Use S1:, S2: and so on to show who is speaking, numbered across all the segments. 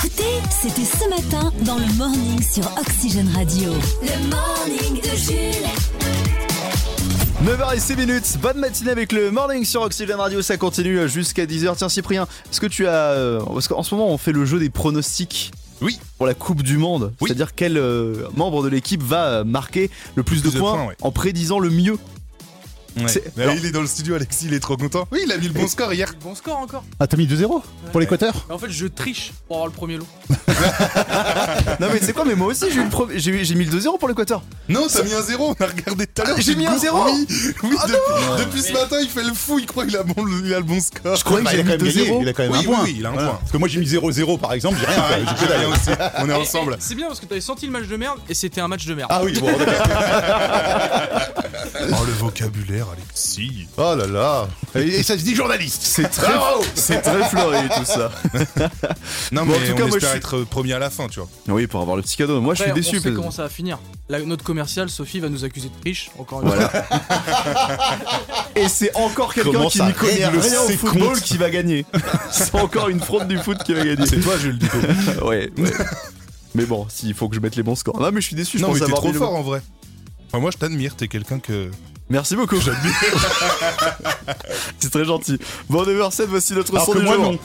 S1: C'était ce matin dans le morning sur Oxygène Radio. Le morning de Jules.
S2: 9h06 minutes, bonne matinée avec le Morning sur Oxygène Radio, ça continue jusqu'à 10h. Tiens Cyprien, est-ce que tu as... euh, Parce qu'en ce moment on fait le jeu des pronostics.
S3: Oui.
S2: Pour la Coupe du Monde.
S3: Oui.
S2: C'est-à-dire quel euh, membre de l'équipe va marquer le plus, de,
S3: plus de
S2: points,
S3: points, ouais.
S2: en prédisant le mieux.
S3: Ouais.
S2: C'est-
S3: Mais
S2: Alors-
S3: Il est dans le studio, Alexis, il est trop content. Oui, il a mis le bon score hier.
S4: Bon score encore.
S5: Ah, t'as mis 2-0 pour l'Équateur
S4: Mais en fait, je triche pour avoir le premier lot.
S2: non mais c'est quoi, mais moi aussi j'ai eu le pro- j'ai eu- j'ai mis le 2-0 pour l'Équateur.
S3: Non, t'as mis un zéro, on a regardé tout à l'heure.
S2: Ah, j'ai mis un
S3: goût-
S2: zéro
S3: Oui, oui,
S2: Ah
S3: depuis, depuis ce matin, il fait le fou, il croit qu'il a, bon, il a le bon score.
S5: Je croyais
S2: Bah,
S5: qu'il
S2: il a
S5: a quand
S2: mis
S5: même gagné.
S2: 2-0.
S5: Il a quand même
S3: Oui,
S5: un point.
S3: oui, il a un point.
S5: Parce que moi j'ai mis 0-0 par exemple, j'ai rien. quoi.
S3: Pareil, j'ai fait rien aussi. On
S2: Ah,
S3: est
S4: Et-
S3: ensemble.
S4: et C'est bien parce que t'avais senti le match de merde et c'était un match de merde.
S5: Ah oui, bon, d'accord.
S3: Oh, le vocabulaire, Alexis.
S5: Oh là là. Et ça se dit journaliste. C'est très.
S2: C'est très fleuri tout ça.
S3: Non,
S2: Bon,
S3: mais
S2: en tout
S3: on
S2: cas, moi, je
S3: espère
S2: suis-
S3: être premier à la fin, tu vois.
S2: Oui, pour avoir le petit cadeau, moi
S4: Après,
S2: je suis
S4: On
S2: déçu.
S4: sait
S2: parce-
S4: comment ça va finir. La- notre commerciale, Sophie, va nous accuser de triche encore une
S2: Voilà. Et c'est encore quelqu'un
S5: Comment
S2: qui
S5: ça
S2: n'y connaît
S5: règle
S2: rien au
S5: ses
S2: football
S5: comptes
S2: qui va gagner. c'est encore une fraude du foot qui va gagner.
S3: C'est toi, Jules, du coup.
S2: Ouais, ouais. mais bon, s'il faut que je mette les bons scores. Non, mais je suis déçu, je
S3: Non,
S2: pense
S3: mais t'es
S2: avoir
S3: trop
S2: mis le-
S3: fort en vrai. Enfin, moi, je t'admire, t'es quelqu'un que.
S2: Merci beaucoup. c'est très gentil. Bon, 9h07, voici notre
S5: Alors
S2: son
S5: que
S2: du
S5: moi
S2: jour.
S5: non.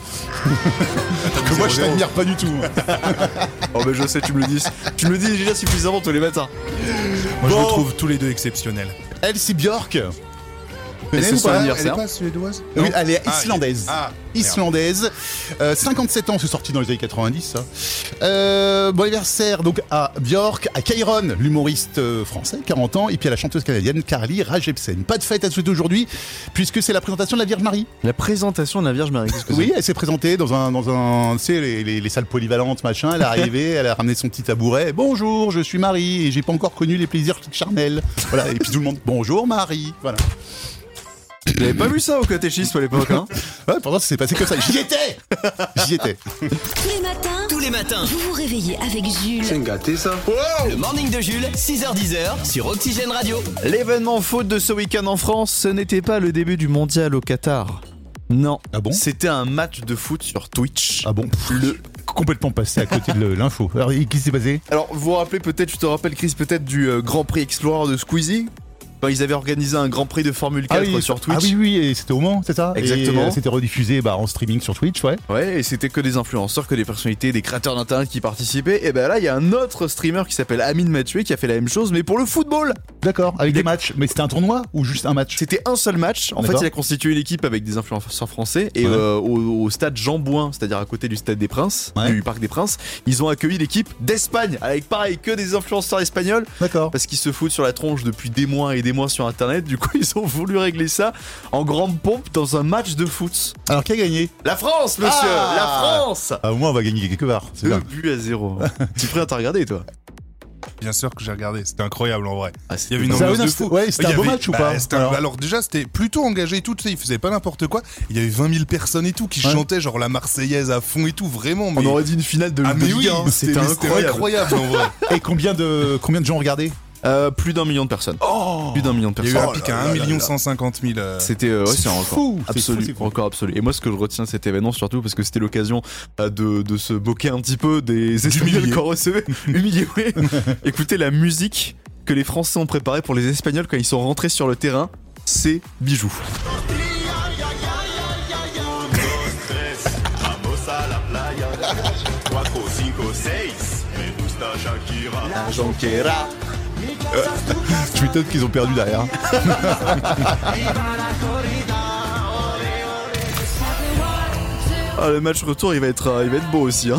S3: Ah,
S5: que moi
S3: 0-0.
S5: je t'admire pas du tout.
S2: Oh, mais je sais, tu me le dis. Tu me le dis déjà suffisamment tous les matins.
S3: Moi, je
S2: Bon.
S3: vous trouve tous les deux exceptionnels.
S5: Elsie Björk.
S2: Et c'est son anniversaire.
S3: suédoise
S5: Ah Oui, elle est
S3: Ah,
S5: islandaise.
S3: Ah, merde.
S5: Islandaise, Euh, 57 ans, c'est sorti dans les années 90. ça. Euh, bon anniversaire donc à Björk, à Kairon, l'humoriste euh, français, 40 ans, et puis à la chanteuse canadienne Carly Rae-Jepsen. Pas de fête à souhaiter aujourd'hui, puisque c'est la présentation de la Vierge Marie.
S2: La présentation de la Vierge Marie. qu'est-ce que
S5: Oui, elle s'est présentée dans un, dans un, tu sais, les, les- les salles polyvalentes, machin. Elle est arrivée, elle a ramené son petit tabouret. Bonjour, je suis Marie et j'ai pas encore connu les plaisirs charnels. Voilà, et puis tout le monde. Bonjour Marie. Voilà.
S2: c'est J'avais pas vu ça au catéchisme à l'époque. Hein.
S5: Ouais, pendant ça s'est passé comme ça. J'y étais. J'y étais.
S1: Tous les matins,
S6: Tous les matins,
S1: vous vous réveillez avec Jules.
S6: le morning de Jules, 6h10 sur Oxygène Radio.
S2: L'événement faute de ce week-end en France, ce n'était pas le début du mondial au Qatar. Non.
S5: Ah bon
S2: C'était un match de foot sur Twitch.
S5: Ah bon Le complètement passé à côté de le- l'info. Alors, qu'est-ce qui s'est passé
S2: Alors, vous vous rappelez peut-être, je te rappelle, Chris, peut-être du euh, Grand Prix Explorer de Squeezie Enfin, Ils avaient organisé un Grand Prix de Formule 4 sur Twitch.
S5: Ah oui, oui, et c'était au Mans, c'est ça
S2: Exactement.
S5: Et, euh, C'était rediffusé bah, en streaming sur Twitch, ouais.
S2: Ouais, et c'était que des influenceurs, que des personnalités, des créateurs d'internet qui participaient. Et ben là, il y a un autre streamer qui s'appelle Amine Mathieu qui a fait la même chose, mais pour le football.
S5: D'accord, avec des matchs. Mais c'était un tournoi ou juste un match
S2: C'était un seul match. En fait,
S5: D'accord.
S2: il a constitué une équipe avec des influenceurs français et
S5: Ouais.
S2: euh, au, au stade Jean Bouin, c'est-à-dire à côté du stade des Princes,
S5: Ouais.
S2: du parc des Princes, ils ont accueilli l'équipe d'Espagne avec pareil que des influenceurs espagnols
S5: D'accord.
S2: parce qu'ils se foutent sur la tronche depuis des mois et des mois sur internet. Du coup, ils ont voulu régler ça en grande pompe dans un match de foot.
S5: Alors, qui a gagné
S2: La France, monsieur,
S5: Ah
S2: la France.
S5: ah, Au moins, on va gagner quelque part. C'est
S2: Deux
S5: bien.
S2: buts à zéro. Cyprien, t'as regardé toi
S3: Bien sûr que j'ai regardé, c'était incroyable en vrai.
S2: Ah,
S3: Il y avait une
S5: Ça,
S3: ambiance
S5: oui, non,
S3: de
S5: c'était-
S3: fou.
S5: ouais, c'était
S3: Il y
S5: un beau
S3: avait-
S5: match ou
S3: bah,
S5: pas
S3: c'était un- alors,
S5: Alors-
S3: déjà, c'était plutôt engagé et tout, tu sais, ils faisaient pas n'importe quoi. Il y avait 20 000 personnes et tout qui
S5: Ouais.
S3: chantaient genre la Marseillaise à fond et tout, vraiment. Mais...
S2: On aurait dit une finale de,
S3: Ah
S2: de
S3: mais
S2: Ligue
S3: oui,
S2: un,
S3: mais
S2: c'était
S3: mais
S2: incroyable.
S3: incroyable en vrai.
S5: Et combien de, combien de gens ont regardé
S2: Euh, plus d'un million de personnes. plus d'un million de
S3: Il y a eu
S2: personnes.
S3: un pic hein. à 1 150 000. euh,
S2: C'était euh, ouais,
S5: C'est
S2: c'est un
S5: fou,
S2: record
S5: c'est
S2: absolu,
S5: fou, c'est fou.
S2: record absolu. Et moi, ce que je retiens de cet événement, surtout parce que c'était l'occasion euh, de, de se moquer un petit peu des Espagnols
S3: D'humilier.
S2: qu'on recevait, humiliés. Oui. Écoutez la musique que les Français ont préparée pour les Espagnols quand ils sont rentrés sur le terrain. C'est bijoux.
S5: Je m'étonne qu'ils ont perdu derrière.
S2: Ah, le match retour, il va être, euh, il va être beau aussi. hein.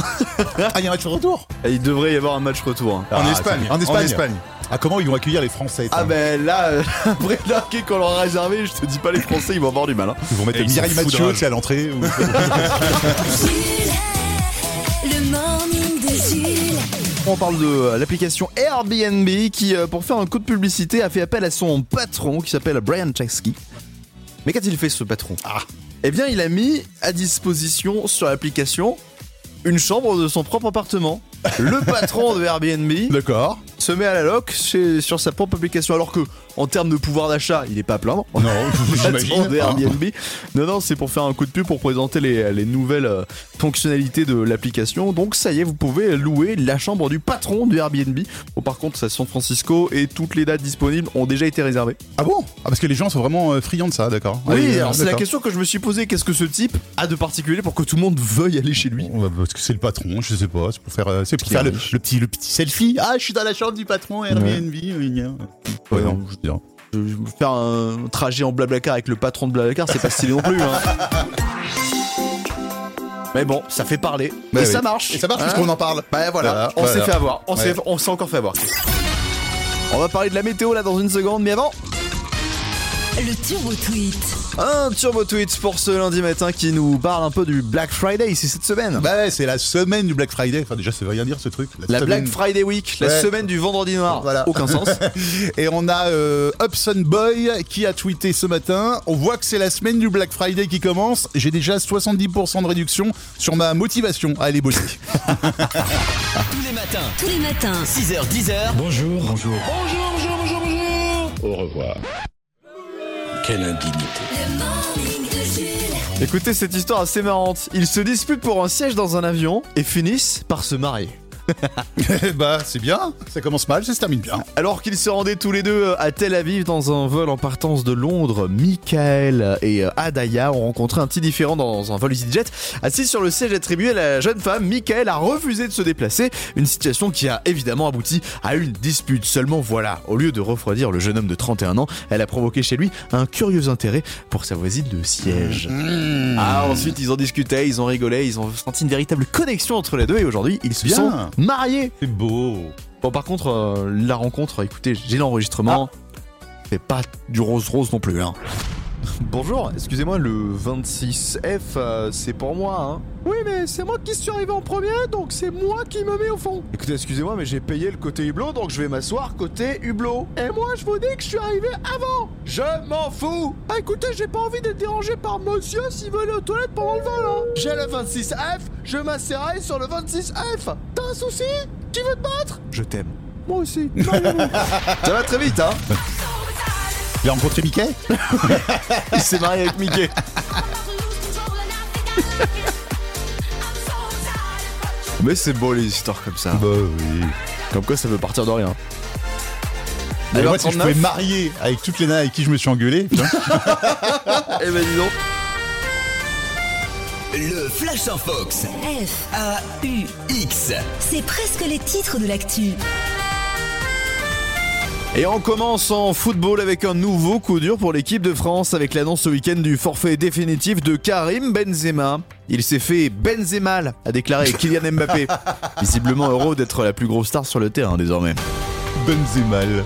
S5: Ah, il y a un match de retour
S2: Et il devrait y avoir un match retour. hein.
S3: En
S5: Ah,
S3: Espagne.
S5: c'est- En Espagne.
S3: En Espagne.
S5: Ah, comment ils vont accueillir les Français ça
S2: Ah ben là, euh, après l'arqué qu'on leur a réservé, je te dis pas les Français, ils vont avoir du mal. hein.
S5: Ils vont mettre
S3: Et ils
S5: Mireille
S3: sont fous de
S5: Mathieu
S3: rage.
S5: tu sais, à l'entrée. ou-
S1: Jules. Le morning de Jules.
S2: On parle de euh, l'application Airbnb qui, euh, pour faire un coup de publicité, a fait appel à son patron qui s'appelle Brian Chesky. Mais qu'a-t-il fait ce patron Ah Eh bien, il a mis à disposition sur l'application une chambre de son propre appartement. Le patron de Airbnb
S5: D'accord.
S2: se met à la loc chez- sur sa propre application. Alors que, en termes de pouvoir d'achat, il est pas à plaindre.
S5: Non,
S2: Patron de
S5: j'imagine.
S2: Airbnb. Non, non, c'est pour faire un coup de pub pour présenter les, les nouvelles euh, fonctionnalités de l'application. Donc, ça y est, vous pouvez louer la chambre du patron du Airbnb. Bon, par contre, ça, San Francisco et toutes les dates disponibles ont déjà été réservées.
S5: Ah bon Ah parce que les gens sont vraiment euh, friands de ça, d'accord.
S2: oui,
S5: Allez, euh,
S2: alors c'est la
S5: d'accord.
S2: question que je me suis posée. Qu'est-ce que ce type a de particulier pour que tout le monde veuille aller chez lui
S5: Bon, bah, parce que c'est le patron, je sais pas, c'est pour faire, euh, c'est pour
S2: Qui est
S5: faire le,
S2: riche.
S5: le petit, le petit selfie. Ah, je suis dans la chambre du patron Airbnb. oui, bien.
S2: Ouais,
S5: Ouais,
S2: non,
S5: non, je veux dire.
S2: Je vais vous Faire un trajet en blablacar avec le patron de blablacar, c'est pas stylé non plus. hein. Mais bon, ça fait parler.
S5: Bah
S2: et
S5: oui.
S2: ça marche.
S5: Et ça marche
S2: Hein
S5: puisqu'on en parle.
S2: Bah voilà,
S5: Voilà,
S2: on
S5: voilà.
S2: s'est fait avoir. On s'est
S5: Ouais.
S2: on s'est encore fait avoir. On va parler de la météo là dans une seconde, mais avant,
S1: Le turbo tweet.
S2: un turbo tweet pour ce lundi matin qui nous parle un peu du Black Friday ici cette semaine.
S5: Bah ouais, c'est la semaine du Black Friday. Enfin, déjà, ça veut rien dire ce truc.
S2: la
S5: semaine-
S2: Black Friday Week, la
S5: Ouais.
S2: semaine du vendredi noir.
S5: Voilà.
S2: Aucun sens.
S5: Et on a euh, Hobson Boy qui a tweeté ce matin. On voit que c'est la semaine du Black Friday qui commence. J'ai déjà 70% de réduction sur ma motivation à aller bosser.
S6: Tous les matins,
S1: Tous les matins,
S6: 6h, 10h,
S7: Bonjour. Bonjour.
S1: le morning de Jules.
S2: Écoutez cette histoire assez marrante. Ils se disputent pour un siège dans un avion et finissent par se marier.
S5: Eh bah, c'est bien. Ça commence mal, ça se termine bien.
S2: Alors qu'ils se rendaient tous les deux euh, à Tel Aviv dans un vol en partance de Londres, Michael et euh, Adaya ont rencontré un petit différent dans un vol EasyJet. Assis sur le siège attribué à la jeune femme, Michael a refusé de se déplacer, une situation qui a évidemment abouti à une dispute. Seulement voilà, au lieu de refroidir le jeune homme de 31 ans, elle a provoqué chez lui un curieux intérêt pour sa voisine de siège. Ah, ensuite ils ont discuté, ils ont rigolé, ils ont senti une véritable connexion entre les deux et aujourd'hui ils se
S5: Bien.
S2: sont mariés.
S5: C'est beau.
S2: Bon, par contre, euh, la rencontre, écoutez, j'ai l'enregistrement. C'est pas du rose-rose non plus, hein. Bonjour, excusez-moi, le 26F, euh, c'est pour moi, hein. Oui, mais c'est moi qui suis arrivé en premier, donc c'est moi qui me mets au fond. Écoutez, excusez-moi, mais j'ai payé le côté hublot, donc je vais m'asseoir côté hublot. Et moi, je vous dis que je suis arrivé avant Je m'en fous Ah, écoutez, j'ai pas envie d'être dérangé par monsieur s'il veut aller aux toilettes pendant le vol, hein. J'ai le 26F, je m'asserrai sur le 26F T'as un souci Tu veux te battre Je t'aime. Moi aussi. Ça va très vite, hein
S5: Il a rencontré Mickey
S2: Il s'est marié avec Mickey. Mais c'est beau les histoires comme ça.
S5: Bah oui.
S2: Comme quoi ça peut partir de rien.
S5: Et
S2: D'ailleurs,
S5: moi, si je
S2: 39,
S5: pouvais marier avec toutes les nanas avec qui je me suis engueulé, putain.
S2: eh ben dis donc.
S6: le Flash en Fox.
S1: F,
S6: A-U-X.
S1: c'est presque les titres de l'actu.
S2: Et on commence en football avec un nouveau coup dur pour l'équipe de France avec l'annonce ce week-end du forfait définitif de Karim Benzema. Il s'est fait Benzemal, a déclaré Kylian Mbappé. Visiblement heureux d'être la plus grosse star sur le terrain désormais.
S5: Benzémal.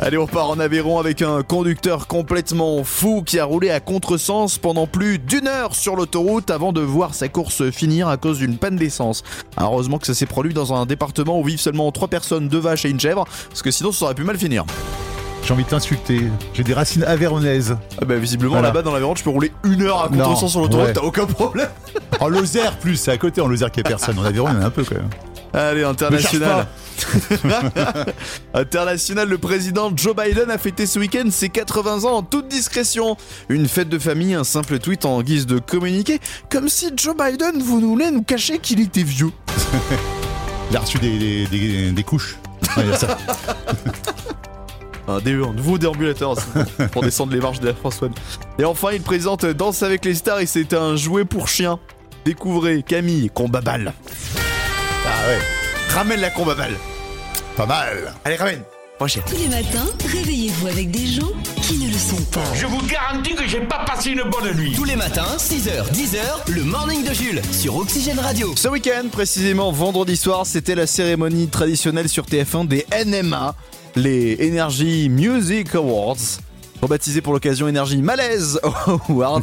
S2: Allez, on part en Aveyron avec un conducteur complètement fou qui a roulé à contresens pendant plus d'une heure sur l'autoroute avant de voir sa course finir à cause d'une panne d'essence. Alors, Heureusement que ça s'est produit dans un département où vivent seulement trois personnes, deux vaches et une chèvre, parce que sinon ça aurait pu mal finir.
S5: J'ai envie de t'insulter. J'ai des racines aveyronnaises.
S2: Ah bah visiblement
S5: Voilà.
S2: là-bas dans l'Aveyron, tu peux rouler une heure à
S5: Non,
S2: contresens sur l'autoroute,
S5: ouais.
S2: t'as aucun problème.
S5: En Lozère, plus, c'est à côté, en Lozère qu'il n'y a personne. En Aveyron, il y en a un peu quand même.
S2: Allez,
S5: Ne
S2: international. international, le président Joe Biden a fêté ce week-end ses 80 ans en toute discrétion. Une fête de famille, un simple tweet en guise de communiqué, comme si Joe Biden voulait nous cacher qu'il était vieux.
S5: Il a reçu des, des, des- des couches. Ouais, il y a ça.
S2: Un, dé- un nouveau déambulateur c'est pour descendre les marches de la France One. Et enfin, il présente Danse avec les stars et c'est un jouet pour chien. Découvrez Camille, combat balle.
S5: Ah ouais,
S2: Ramène la combat balle.
S5: pas mal.
S2: Allez, ramène. Moi, j'ai-
S1: Tous les matins, réveillez-vous avec des gens qui ne le sont pas.
S8: Je vous garantis que j'ai pas passé une bonne nuit.
S6: Tous les matins, 6h, 10h, le morning de Jules sur Oxygène Radio.
S2: Ce week-end, précisément vendredi soir, c'était la cérémonie traditionnelle sur TF1 des NMA, les Energy Music Awards. Rebaptisé pour l'occasion Energy Malaise Awards.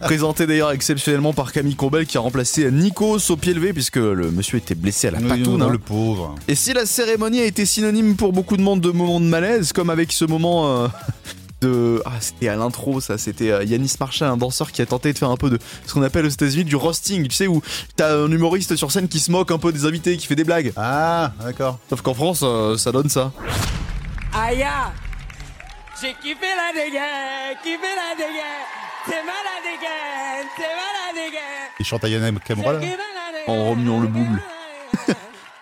S2: Présenté d'ailleurs exceptionnellement par Camille Combel qui a remplacé Nikos au pied levé puisque le monsieur était blessé à la patoune. hein.
S5: le pauvre.
S2: Et si la cérémonie a été synonyme pour beaucoup de monde de moments de malaise, comme avec ce moment euh, de. Ah, c'était à l'intro, ça. C'était euh, Yanis Marchal, un danseur qui a tenté de faire un peu de ce qu'on appelle aux États-Unis du roasting. Tu sais, où t'as un humoriste sur scène qui se moque un peu des invités, qui fait des blagues.
S5: Ah, d'accord.
S2: Sauf qu'en France, euh, ça donne ça.
S7: Aïe J'ai kiffé la dégaine, kiffé la dégaine, c'est mal la dégaine, c'est mal la dégaine,
S5: Il chante à Yana Kamura, là
S7: c'est mal la dégaine.
S2: En remuant le boule.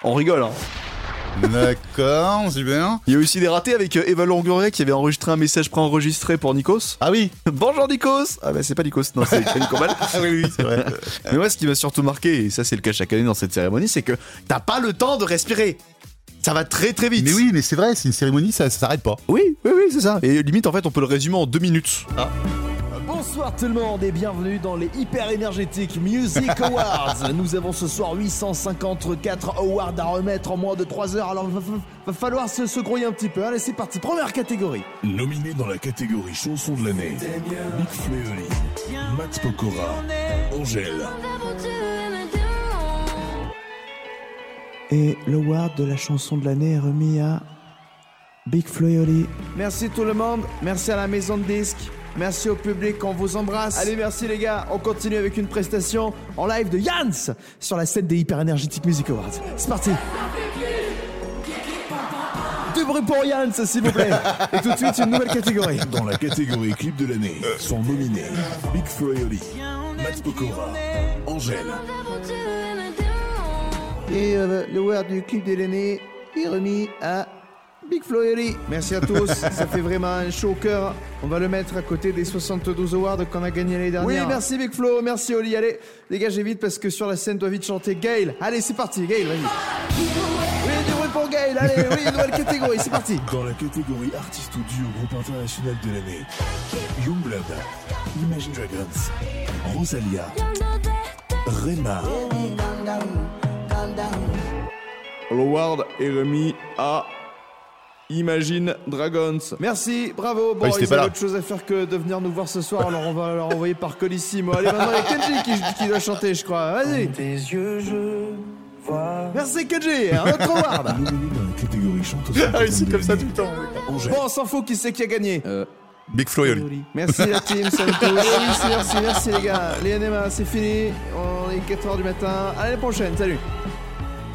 S2: On rigole, hein.
S5: D'accord, super.
S2: Il y a aussi des ratés avec euh, Eva Longoria qui avait enregistré un message préenregistré pour Nikos.
S5: Ah oui,
S2: Bonjour Nikos Ah bah c'est pas Nikos, non c'est Kevin Combal.
S5: ah oui, oui, c'est vrai.
S2: Mais moi ce qui m'a surtout marqué, et ça c'est le cas chaque année dans cette cérémonie, c'est que t'as pas le temps de respirer. Ça va très très vite.
S5: mais oui, mais c'est vrai, c'est une cérémonie, ça, ça s'arrête pas.
S2: Oui, oui, oui, c'est ça. Et limite, en fait, on peut le résumer en deux minutes.
S9: Bonsoir tout le monde et bienvenue dans les Hyper énergétiques Music Awards. Nous avons ce soir 854 awards à remettre en moins de 3 heures, alors va, va- va falloir se, se grouiller un petit peu. Allez, c'est parti, première catégorie.
S10: Nominé dans la catégorie chanson de l'année, Big Fleury, Max Pokora, Angèle,
S9: Et l'award de la chanson de l'année est remis à Big Floyoli. Merci tout le monde, merci à la maison de disques, merci au public, on vous embrasse. Allez, merci les gars, on continue avec une prestation en live de Yans sur la scène des Hyper Energetic Music Awards. C'est parti Du bruit pour Yans, s'il vous plaît Et tout de suite, une nouvelle catégorie.
S10: dans la catégorie clip de l'année, sont nominés Big Fleury, Max Pokora, Angèle,
S9: Et euh, le word du clip de l'année est remis à Big Floyoli. Merci à tous, ça fait vraiment un chaud au cœur. On va le mettre à côté des 72 awards qu'on a gagné l'année dernière. Oui, merci Big Flo, merci Oli. Allez, les gars, j'ai vite parce que sur la scène doit vite chanter Gail. Allez, c'est parti, Gail, vas-y. Oui, du bruit pour Gail, allez, oui, nouvelle catégorie, c'est parti.
S10: dans la catégorie artiste ou duo groupe international de l'année, Youngblood, Imagine Dragons, Rosalia, Rema,
S2: L'award est remis à Imagine Dragons.
S9: Merci,
S2: Ah
S9: bravo. Bon,
S5: Ouais, c'était
S9: ils
S5: pas
S9: avaient
S5: là.
S9: autre chose à faire que de venir nous voir ce soir, alors on va leur envoyer par Colissimo. Allez, maintenant, il y a Kenji qui, qui doit chanter, je crois. Vas-y. Merci Kenji, un autre Ah award.
S10: nominé dans la catégorie chanteuse.
S5: le temps.
S10: Angèle,
S9: Bon, on s'en fout qui c'est qui a gagné.
S2: Euh.
S9: Eh
S5: Big Floyoli.
S9: Merci la team, ça me touche. Merci, merci, merci les gars. Les NMA, c'est fini. On est 4h du matin. À l'année prochaine, salut.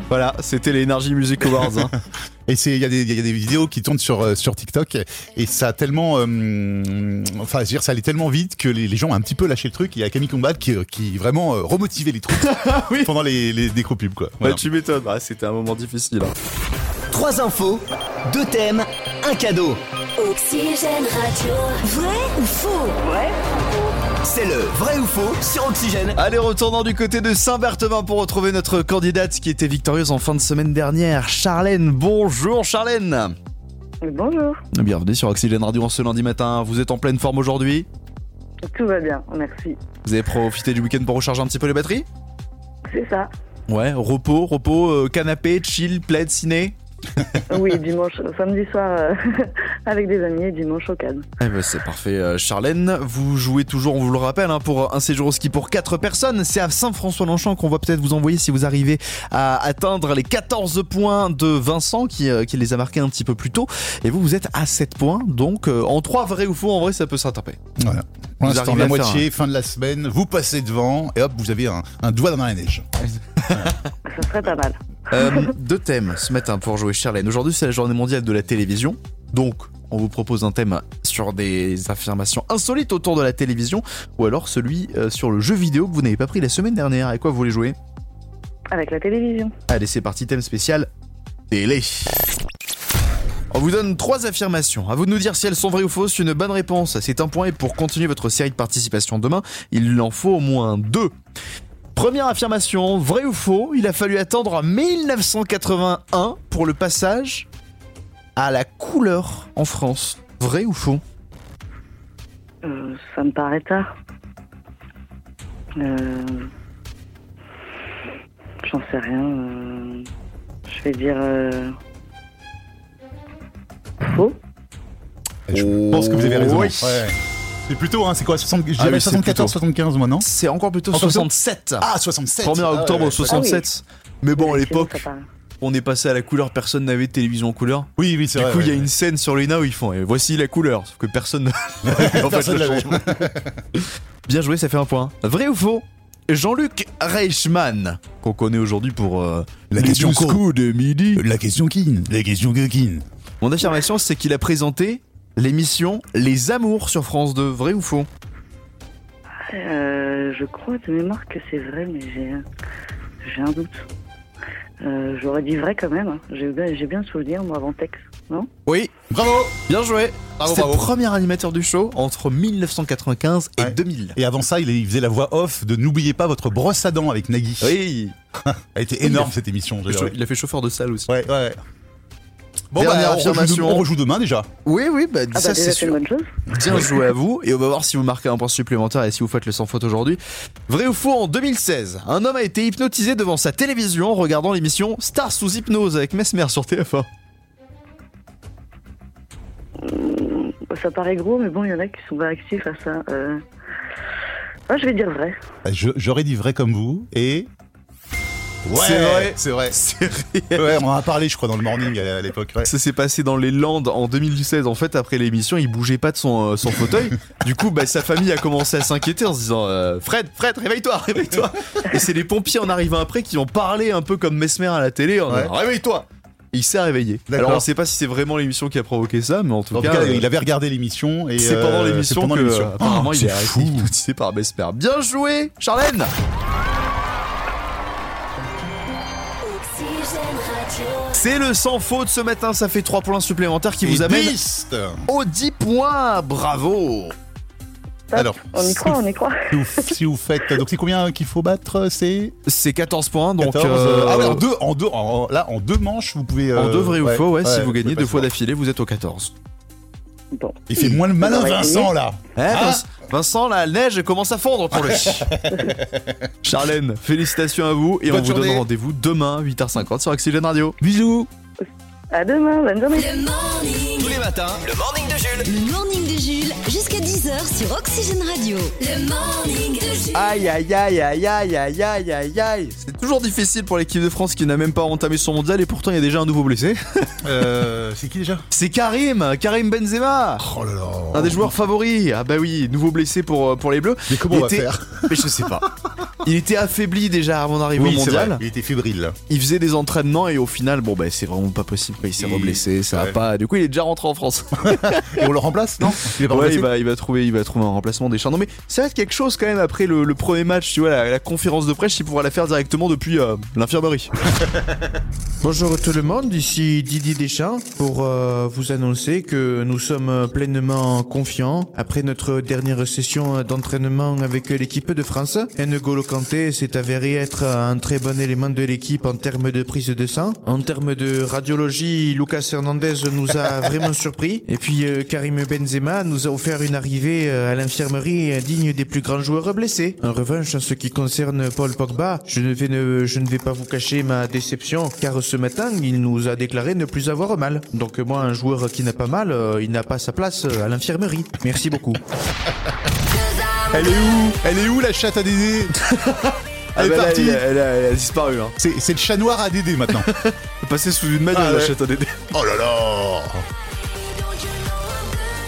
S2: Voilà, c'était les Energy Music Awards. hein.
S5: Et c'est- il y, a des- il y a des vidéos qui tournent sur, euh, sur TikTok et ça a tellement, euh, enfin, je veux dire, ça allait tellement vite que les, les gens ont un petit peu lâché le truc. Il y a Camille Combat qui, euh, qui vraiment euh, remotivait les troupes
S2: Ah Oui.
S5: pendant les, les décros pubs, quoi.
S2: Bah,
S5: Voilà.
S2: tu m'étonnes. Ah, c'était un moment difficile. hein.
S6: Trois infos, deux thèmes, un cadeau.
S1: Oxygène Radio. Vrai ou faux
S6: C'est le vrai ou faux sur Oxygène.
S2: Allez, retournons du côté de Saint-Berthevin pour retrouver notre candidate qui était victorieuse en fin de semaine dernière, Charlène. Bonjour Charlène.
S11: Bonjour,
S2: Bienvenue sur Oxygène Radio en ce lundi matin. Vous êtes en pleine forme aujourd'hui
S11: tout va bien, merci.
S2: Vous avez profité du week-end pour recharger un petit peu les batteries
S11: C'est ça.
S2: Ouais, repos, repos, euh, canapé, chill, plaid, ciné.
S11: Oui, dimanche, samedi soir euh, avec des amis et dimanche au calme.
S2: Eh ben c'est parfait, euh, Charlène. Vous jouez toujours, on vous le rappelle, hein, pour un séjour au ski pour 4 personnes. C'est à Saint-François-Longchamp qu'on va peut-être vous envoyer si vous arrivez à atteindre les 14 points de Vincent qui, euh, qui les a marqués un petit peu plus tôt. Et vous, vous êtes à 7 poins. Donc, euh, en 3 vrais ou faux, en vrai, ça peut s'attraper.
S5: Voilà. Pour
S2: Vous
S5: l'instant,
S2: arrivez
S5: la
S2: à faire
S5: moitié, fin de la semaine, vous passez devant et hop, vous avez un, un doigt dans la neige.
S11: Ça serait pas mal.
S2: Euh, deux thèmes ce matin pour jouer Charlène. Aujourd'hui, c'est la journée mondiale de la télévision. Donc, on vous propose un thème sur des affirmations insolites autour de la télévision ou alors celui euh, sur le jeu vidéo que vous n'avez pas pris la semaine dernière. Et quoi vous voulez jouer
S11: Avec la télévision.
S2: Allez, c'est parti, thème spécial télé. On vous donne trois affirmations. À vous de nous dire si elles sont vraies ou fausses. Une bonne réponse, c'est un point. Et pour continuer votre série de participation demain, il en faut au moins deux. Première affirmation, vrai ou faux, il a fallu attendre à 1981 pour le passage à la couleur en France. Vrai ou faux
S11: Euh, ça me paraît tard. Euh, J'en sais rien. euh, Je vais dire. euh, Faux.
S5: Je pense que vous avez raison.
S2: Oh. Oui. Ah
S5: Ouais. C'est plutôt, hein, c'est quoi 60, je dirais
S2: oui, c'est
S5: 74, 75 moi, non
S2: C'est encore plutôt
S5: Encore
S2: 67.
S5: Ah, 67
S2: 1er
S5: Ah,
S2: octobre
S5: ouais.
S2: 67. Mais bon, à
S11: Effectivement,
S2: l'époque,
S11: ça paraît.
S2: on est passé à la couleur, personne n'avait de télévision en couleur.
S5: Oui, oui, c'est
S2: Du
S5: vrai,
S2: coup, il y a
S5: ouais,
S2: une
S5: ouais.
S2: scène sur Lena où ils font et voici la couleur, sauf que personne n'a en fait
S5: Personne
S2: le
S5: l'avait.
S2: changement. Bien joué, ça fait un point. Vrai ou faux Jean-Luc Reichmann, qu'on connaît aujourd'hui pour euh,
S5: La
S2: les
S5: question
S2: douze
S5: co.
S2: coups de midi.
S5: La question qui La question qui
S2: Mon affirmation, c'est qu'il a présenté l'émission Les Amours sur France 2. Vrai ou faux
S11: Euh, je crois de mémoire que c'est vrai, mais j'ai, j'ai un doute. Euh, j'aurais dit vrai quand même. hein. J'ai, bien- j'ai bien le souvenir, moi, avant texte, non
S2: Oui.
S5: Bravo
S2: Bien joué
S5: Bravo,
S2: C'est le
S5: bravo.
S2: premier animateur du show entre 1995 et 2000.
S5: Et avant ça, il il faisait la voix off de N'oubliez pas votre brosse à dents avec Nagui.
S2: Oui
S5: Elle était énorme cette émission.
S2: Le chau-
S5: j'adore.
S2: Il a fait chauffeur de salle aussi.
S5: Ouais, ouais. Bon,
S2: Dernière
S5: bah, on rejoue,
S2: affirmation.
S5: demain, on rejoue demain déjà.
S2: Oui, oui, bah,
S11: Ah,
S2: ça c'est
S11: bah, déjà, c'est une
S2: sûr.
S11: bonne chose.
S2: Bien joué à vous, et on va voir si vous marquez un point supplémentaire et si vous faites le sans faute aujourd'hui. Vrai ou faux, en 2016, un homme a été hypnotisé devant sa télévision en regardant l'émission Star sous hypnose avec Mesmer sur TF1.
S11: Bah, Ça paraît gros, mais bon, il y en a qui sont pas actifs à ça. Euh... Ah, je vais dire vrai.
S5: Bah, Je- J'aurais dit vrai comme vous et. Ouais,
S2: C'est vrai.
S5: c'est vrai.
S2: C'est réel.
S5: Ouais, on en a parlé, je crois, dans le morning à à l'époque. ouais.
S2: Ça s'est passé dans les Landes en 2016. En fait, après l'émission, il bougeait pas de son, euh, son fauteuil. Du coup, bah, sa famille a commencé à s'inquiéter en se disant euh, Fred, Fred, réveille-toi, réveille-toi. Et c'est les pompiers en arrivant après qui ont parlé un peu comme Mesmer à la télé en disant, Réveille-toi. Et Il s'est réveillé.
S5: D'accord.
S2: Alors, on sait pas si c'est vraiment l'émission qui a provoqué ça, mais en tout
S5: En tout
S2: cas,
S5: cas,
S2: euh,
S5: il avait regardé l'émission et.
S2: c'est pendant
S5: euh, c'est
S2: l'émission
S5: pendant
S2: que
S5: l'émission.
S2: euh, apparemment
S5: Oh,
S2: il est
S5: c'est
S2: resté
S5: fou.
S2: hypnotisé par Mesmer. Bien joué, Charlène. C'est le sans faute ce matin, ça fait 3 points supplémentaires qui vous
S5: Et
S2: amène
S5: liste.
S2: aux 10 points. Bravo
S11: Top.
S5: Alors,
S11: On y croit, on y croit.
S5: si vous, si vous faites. Donc, c'est combien qu'il faut battre C'est
S2: C'est 14 points, donc
S5: 14,
S2: euh,
S5: euh, ah ouais, en deux, en deux, en- là, en deux manches, vous pouvez.
S2: en
S5: euh,
S2: deux vrais ou faux, ouais, si vous
S5: pouvez
S2: gagnez deux
S5: passer.
S2: fois d'affilée, vous êtes aux 14.
S11: Bon.
S5: Il fait moins le malin,
S11: Ouais,
S5: Vincent, là.
S2: Eh, Vince- Vincent, la neige commence à fondre pour lui. Charlène, félicitations à vous et
S5: Bonne
S2: on vous
S5: journée.
S2: donne rendez-vous demain 8h50 sur Oxygène Radio.
S5: Bisous.
S11: À demain, bonne journée.
S1: Le morning.
S6: Tous les matins, le morning de Jules.
S1: Le morning de Jules, jusqu'à 10h sur Oxygène Radio. Le morning de Jules.
S2: Aïe aïe aïe aïe aïe aïe aïe aïe aïe. C'est toujours difficile pour l'équipe de France qui n'a même pas entamé son mondial et pourtant il y a déjà un nouveau blessé.
S5: Euh, c'est qui déjà
S2: C'est Karim, Karim Benzema.
S5: Oh là là.
S2: Un des joueurs favoris. Ah bah oui, nouveau blessé pour, euh, pour les Bleus.
S5: Mais comment
S2: Il
S5: on va
S2: était-
S5: faire
S2: Mais je sais pas. Il était affaibli déjà avant d'arriver au
S5: Eh c'est
S2: mondial.
S5: vrai, Il était fébrile.
S2: Il faisait des entraînements et au final, bon bah c'est vraiment pas possible. Il s'est
S5: Il-
S2: reblessé, ça va
S5: ouais.
S2: pas. Du coup, il est déjà rentré en France.
S5: Et on le remplace, non Il est pas
S2: Ouais, bah.
S5: remplacé
S2: il va, il va trouver, il va trouver un remplacement des champs. Non mais ça va être quelque chose quand même après le, le premier match. Tu vois, la, la conférence de presse, il pourra la faire directement depuis euh, l'infirmerie.
S9: Bonjour tout le monde, ici Didier Deschamps pour euh, vous annoncer que nous sommes pleinement confiants. Après notre dernière session d'entraînement avec l'équipe de France, N'Golo Kanté s'est avéré être un très bon élément de l'équipe en termes de prise de sang. En termes de radiologie, Lucas Hernandez nous a vraiment surpris. Et puis euh, Karim Benzema nous a offert une arrivée euh, à l'infirmerie digne des plus grands joueurs blessés. En revanche, en ce qui concerne Paul Pogba, je ne vais, ne, je ne vais pas vous cacher ma déception, car ce matin, il nous a déclaré ne plus avoir mal. Donc moi, un joueur qui n'a pas mal, euh, il n'a pas sa place euh, à l'infirmerie. Merci beaucoup.
S5: Elle est où Elle est où la chatte à Dédé Elle est
S2: bah, là,
S5: partie
S2: elle, elle a, elle a disparu. Hein.
S5: C'est c'est le chat noir à Dédé maintenant.
S2: Passé sous une manne,
S5: Ah,
S2: la
S5: ouais.
S2: chatte à Dédé.
S5: oh là là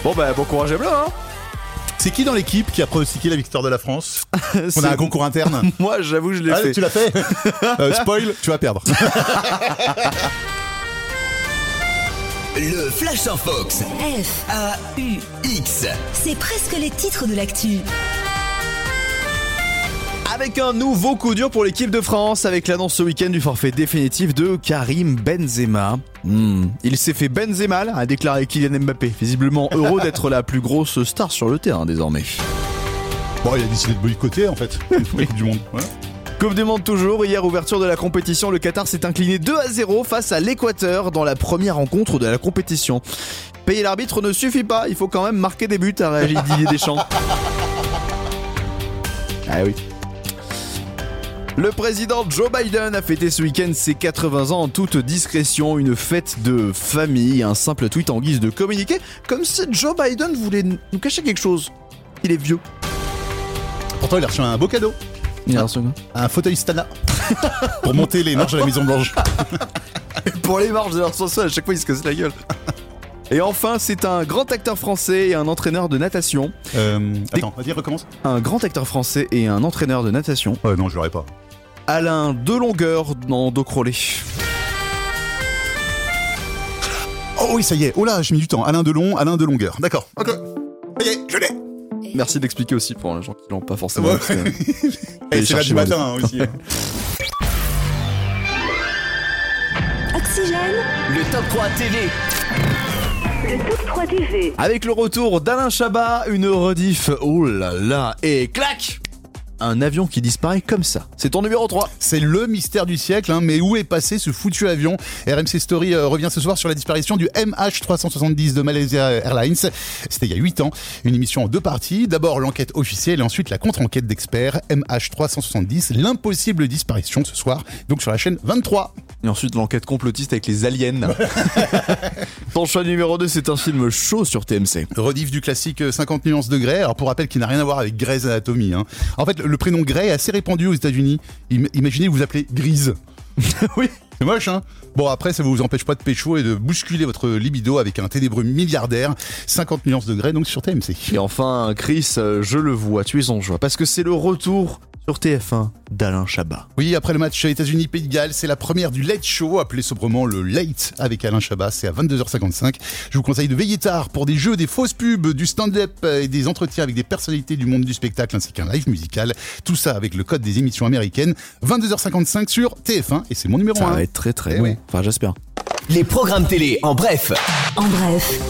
S2: Bon bah bon courage à Bleu. Hein.
S5: C'est qui dans l'équipe qui a pronostiqué la victoire de la France On
S2: C'est-
S5: a un concours interne.
S2: Moi, j'avoue, je l'ai
S5: Ah,
S2: fait.
S5: tu l'as fait Euh, Spoil, tu vas perdre.
S6: Le Flash sans Fox.
S1: F,
S6: A-U-X.
S1: c'est presque les titres de l'actu.
S2: Avec un nouveau coup dur pour l'équipe de France, avec l'annonce ce week-end du forfait définitif de Karim Benzema. Hmm. Il s'est fait Benzema, là, a déclaré Kylian Mbappé. Visiblement heureux d'être la plus grosse star sur le terrain désormais.
S5: Bon, il a décidé de boycotter en fait. La Coupe du Monde. Ouais.
S2: Coupe du Monde toujours, hier ouverture de la compétition, le Qatar s'est incliné 2 à 0 face à l'Équateur dans la première rencontre de la compétition. Payer l'arbitre ne suffit pas, il faut quand même marquer des buts, a réagi Didier Deschamps. Ah oui. Le président Joe Biden a fêté ce week-end ses 80 ans en toute discrétion, une fête de famille, un simple tweet en guise de communiqué, comme si Joe Biden voulait nous cacher quelque chose. Il est vieux.
S5: Pourtant, il a reçu un beau cadeau.
S2: Il a un second.
S5: Un fauteuil Stana. Pour monter les marches de la Maison Blanche.
S2: pour les marches de leur chanson, à chaque fois, ils se cassent la gueule. Et enfin, c'est un grand acteur français et un entraîneur de natation.
S5: Euh, attends, vas-y, recommence.
S2: Un grand acteur français et un entraîneur de natation.
S5: Euh, non, je l'aurais pas.
S2: Alain Delongueur dans Dos Crolé.
S5: Oh oui, ça y est. Oh là, j'ai mis du temps. Alain de long, Alain de longueur. D'accord. Ok. Ça y est, je l'ai.
S2: Merci d'expliquer aussi pour les gens qui l'ont pas forcément.
S5: Ouais.
S2: parce que-
S5: Et c'est là
S2: cherchez-moi
S5: du matin hein,
S2: des-
S5: aussi. hein.
S1: Oxygène.
S6: Le top 3 TV.
S11: Le top 3 TV.
S2: Avec le retour d'Alain Chabat, une rediff, oh là là, et clac Un avion qui disparaît comme ça. C'est ton numéro 3.
S5: C'est le mystère du siècle, hein, mais où est passé ce foutu avion RMC Story euh, revient ce soir sur la disparition du MH370 de Malaysia Airlines. C'était il y a 8 ans. Une émission en deux parties. D'abord l'enquête officielle et ensuite la contre-enquête d'experts. MH370, l'impossible disparition ce soir, donc sur la chaîne 23.
S2: Et ensuite l'enquête complotiste avec les aliens. ton choix numéro 2, c'est un film chaud sur TMC.
S5: Rediff du classique euh, 50 nuances de Grey. Alors pour rappel, qui n'a rien à voir avec Grey's Anatomy. hein. En fait, le prénom Grey est assez répandu aux États-Unis. Im- imaginez vous appelez Grise.
S2: oui.
S5: C'est moche, hein Bon, après, ça vous empêche pas de pécho et de bousculer votre libido avec un ténébreux milliardaire. 50 nuances de Grey, donc sur TMC.
S2: Et enfin, Chris, euh, je le vois, tu es en joie. Parce que c'est le retour sur TF1 d'Alain Chabat.
S5: Oui, après le match États-Unis-Pays de Galles, c'est la première du Late Show, appelé sobrement le Late, avec Alain Chabat. C'est à 22h55. Je vous conseille de veiller tard pour des jeux, des fausses pubs, du stand-up euh, et des entretiens avec des personnalités du monde du spectacle, ainsi qu'un live musical. Tout ça avec le code des émissions américaines. 22h55 sur TF1, et c'est mon numéro
S2: Ça
S5: 1.
S2: va être très très
S5: Eh
S2: bon.
S5: oui.
S2: Enfin, j'espère.
S6: Les programmes télé, en bref.
S1: En bref,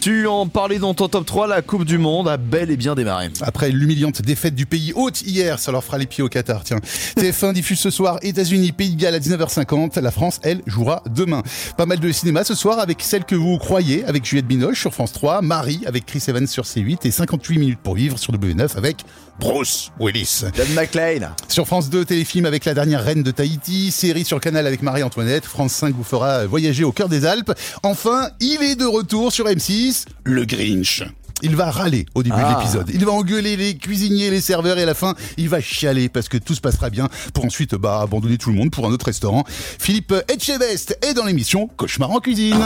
S2: Tu en parlais dans ton top 3, la Coupe du Monde a bel et bien démarré.
S5: Après l'humiliante défaite du pays hôte hier, ça leur fera les pieds au Qatar, tiens. TF1 diffuse ce soir États-Unis, Pays de Galles à 19h50. La France, elle, jouera demain. Pas mal de cinéma ce soir avec celle que vous croyez, avec Juliette Binoche sur France 3, Marie avec Chris Evans sur C8 et 58 minutes pour vivre sur W9 avec Bruce Willis.
S2: John McLean.
S5: Sur France 2, téléfilm avec la dernière reine de Tahiti, série sur Canal avec Marie-Antoinette, France 5 vous fera voyager au cœur des Alpes. Enfin, il est de retour sur M6, le Grinch. Il va râler au début
S2: Ah.
S5: de l'épisode. Il va engueuler les cuisiniers, les serveurs et à la fin, il va chialer parce que tout se passera bien pour ensuite bah, abandonner tout le monde pour un autre restaurant. Philippe Etchebest est dans l'émission Cauchemar en cuisine.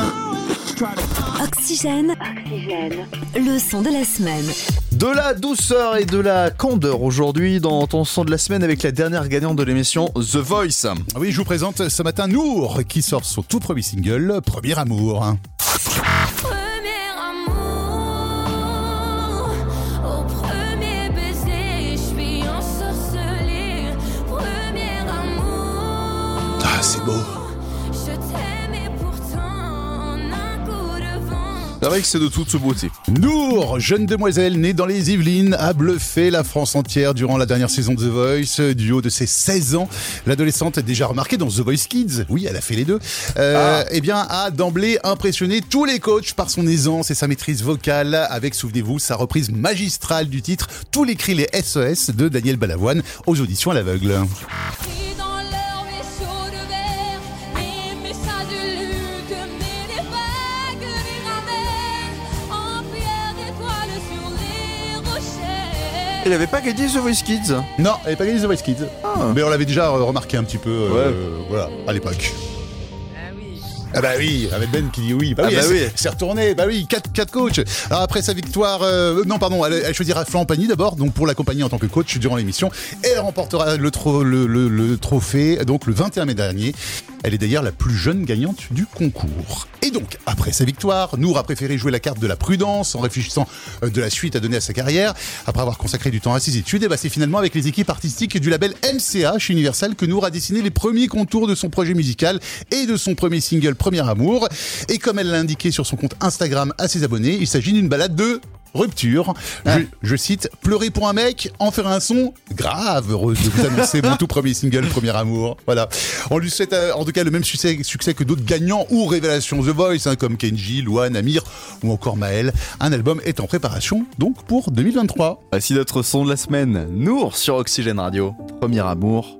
S1: Oxygène,
S11: Oxygène.
S1: le son de la semaine.
S2: De la douceur et de la candeur aujourd'hui dans ton son de la semaine avec la dernière gagnante de l'émission The Voice.
S5: Ah oui, je vous présente ce matin Nour qui sort son tout premier single, Premier Amour.
S12: Premier amour, au premier baiser, je suis ensorcelée. Premier amour,
S5: Ah, c'est beau.
S12: je t'aime et pourtant, en un coup de vent.
S2: C'est vrai que c'est de toute beauté.
S5: Nour, jeune demoiselle née dans les Yvelines, a bluffé la France entière durant la dernière saison de The Voice. Du haut de ses 16 ans, l'adolescente déjà remarquée dans The Voice Kids, oui, elle a fait les deux, euh, eh bien, a d'emblée impressionné tous les coachs par son aisance et sa maîtrise vocale, avec, souvenez-vous, sa reprise magistrale du titre Tous les cris, les SES de Daniel Balavoine aux auditions à l'aveugle.
S12: Pris dans l'heure, mes chauds de verre, mes messages de lutte, mes défagues, mes ramènes, en pierre d'étoiles sur les rochers.
S2: Il avait pas gagné The Voice Kids.
S5: Non, elle n'est pas gagnée The Voice Kids, Ah. mais on l'avait déjà euh, remarqué un petit peu, euh, voilà, à l'époque.
S7: Ah oui.
S5: Ah bah oui, avec Ben qui dit oui. Bah
S2: Ah
S5: oui,
S2: bah
S5: elle
S2: oui.
S5: s'est- s'est retournée. Bah oui, 4 quatre coachs. Alors après sa victoire, euh, non pardon, elle, elle choisira Flampagny d'abord, donc pour l'accompagner en tant que coach durant l'émission. Et Elle remportera le, tro- le, le- le trophée donc le 21 mai dernier. Elle est d'ailleurs la plus jeune gagnante du concours. Et donc, après sa victoire, Nour a préféré jouer la carte de la prudence en réfléchissant euh, de la suite à donner à sa carrière. Après avoir consacré du temps à ses études, et bah c'est finalement avec les équipes artistiques du label MCA chez Universal que Nour a dessiné les premiers contours de son projet musical et de son premier single Premier Amour. Et comme elle l'a indiqué sur son compte Instagram à ses abonnés, il s'agit d'une balade de rupture. Je, je cite pleurer pour un mec, en faire un son grave. Heureuse de vous annoncer mon tout premier single Premier Amour. Voilà. On lui souhaite euh, en tout cas le même succès, succès que d'autres gagnants ou révélations The Voice hein, comme Kenji, Luan, Amir ou encore Maël. Un album est en préparation donc pour 2023.
S2: Voici notre son de la semaine. Nour sur Oxygène Radio. Premier amour.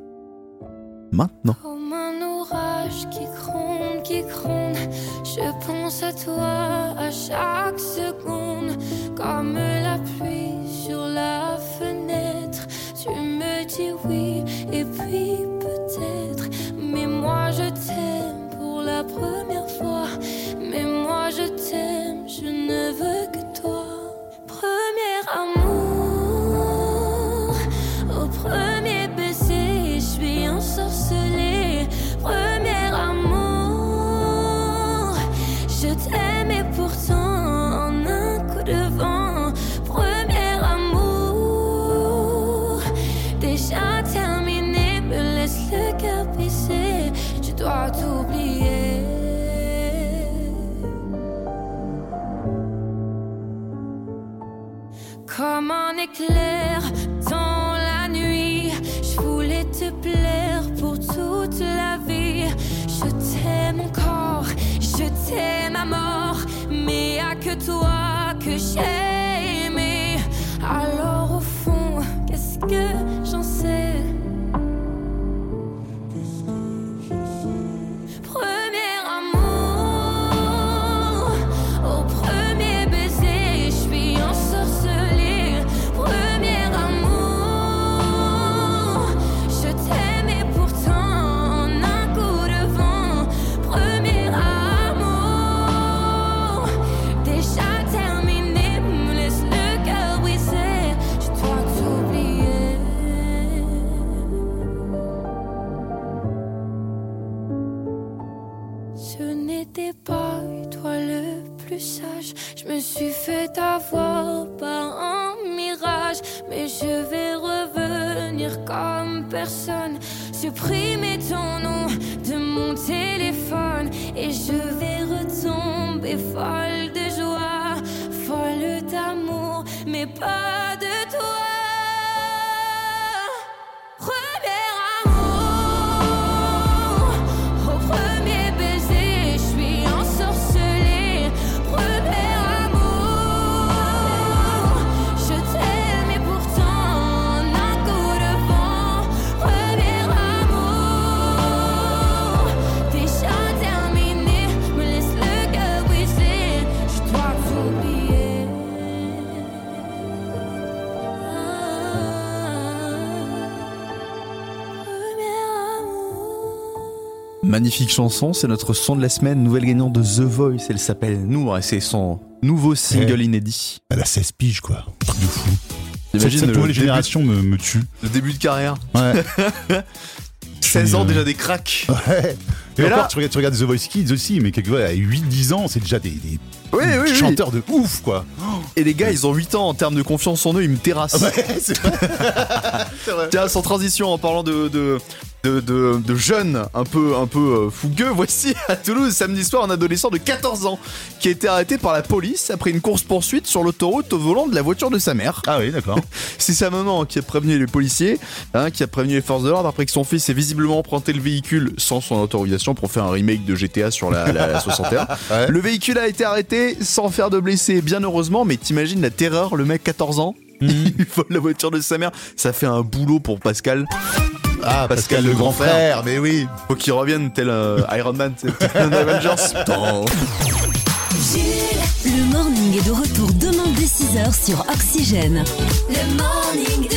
S2: Maintenant.
S12: Comme un orage qui gronde, qui gronde, je pense à toi à chaque seconde. Comme la pluie sur la fenêtre, tu me dis oui et puis peut-être, mais moi je t'aime. première fois. Mais moi je t'aime, je ne veux que toi. Premier amour, au premier baiser, je suis ensorcelée. Premier amour, je t'aime et pourtant en un coup de vent. Premier amour, déjà terminé, me laisse le cœur baisser. Tu dois t'oublier. Comme un éclair dans la nuit, je voulais te plaire pour toute la vie. Je t'aime encore, je t'aime à mort, mais y a que toi que j'ai aimé. Alors au fond, qu'est-ce que j'en sais? Premier amour, au premier baiser, je suis ensorcelée. Premier amour, je t'aime et pourtant en un coup de vent. Premier amour, déjà terminé, me laisse le cœur brisé. Je dois t'oublier. Je n'étais pas toi le plus sage. Je me suis fait avoir par un mirage. Mais je vais revenir comme personne. Supprimer ton nom de mon téléphone. Et je vais retomber folle de joie. Folle d'amour, mais pas de toi. Premier amour, au premier baiser, je suis ensorcelée. Premier amour, je t'aime et pourtant un coup de vent. Premier amour, déjà terminé, me laisse le cœur brisé. Je dois t'oublier. Ah.
S2: Magnifique chanson, c'est notre son de la semaine, nouvelle gagnante de The Voice, elle s'appelle Nour, et c'est son nouveau single inédit.
S5: Elle a 16 piges, quoi. Truc de fou.
S2: T'imagines
S5: Cette- cette
S2: le
S5: nouvelle
S2: début-
S5: génération me, me tue.
S2: Le début de carrière.
S5: Ouais.
S2: 16 ans
S5: euh,
S2: déjà des cracks.
S5: Ouais. Et
S2: Mais
S5: encore,
S2: là-
S5: tu, regardes, tu regardes The Voice Kids aussi, mais quelque, ouais, à 8-10 ans, c'est déjà des, des
S2: Oui, Eh oui, oui.
S5: chanteurs de ouf, quoi.
S2: Et les gars, ils ont 8 ans en termes de confiance en eux, ils me terrassent.
S5: Ah
S2: Tiens, sans transition, en parlant de, de, de, de- de jeunes un peu, un peu euh, fougueux, voici à Toulouse samedi soir un adolescent de 14 ans qui a été arrêté par la police après une course-poursuite sur l'autoroute au volant de la voiture de sa mère.
S5: Ah oui, d'accord.
S2: C'est sa maman qui a prévenu les policiers, hein, qui a prévenu les forces de l'ordre après que son fils ait visiblement emprunté le véhicule sans son autorisation pour faire un remake de GTA sur la, la- la 61.
S5: Ouais.
S2: Le véhicule a été arrêté sans faire de blessés, bien heureusement, mais t'imagines la terreur, le mec 14 ans
S5: Mhm.
S2: il vole la voiture de sa mère, ça fait un boulot pour Pascal.
S5: Ah, Pascal, le grand frère, mais oui.
S2: Faut qu'il revienne tel euh, Iron Man, tu sais, tel un Avengers. Putain.
S1: Jules, le morning est de retour demain dès 6h sur Oxygène.
S12: Le morning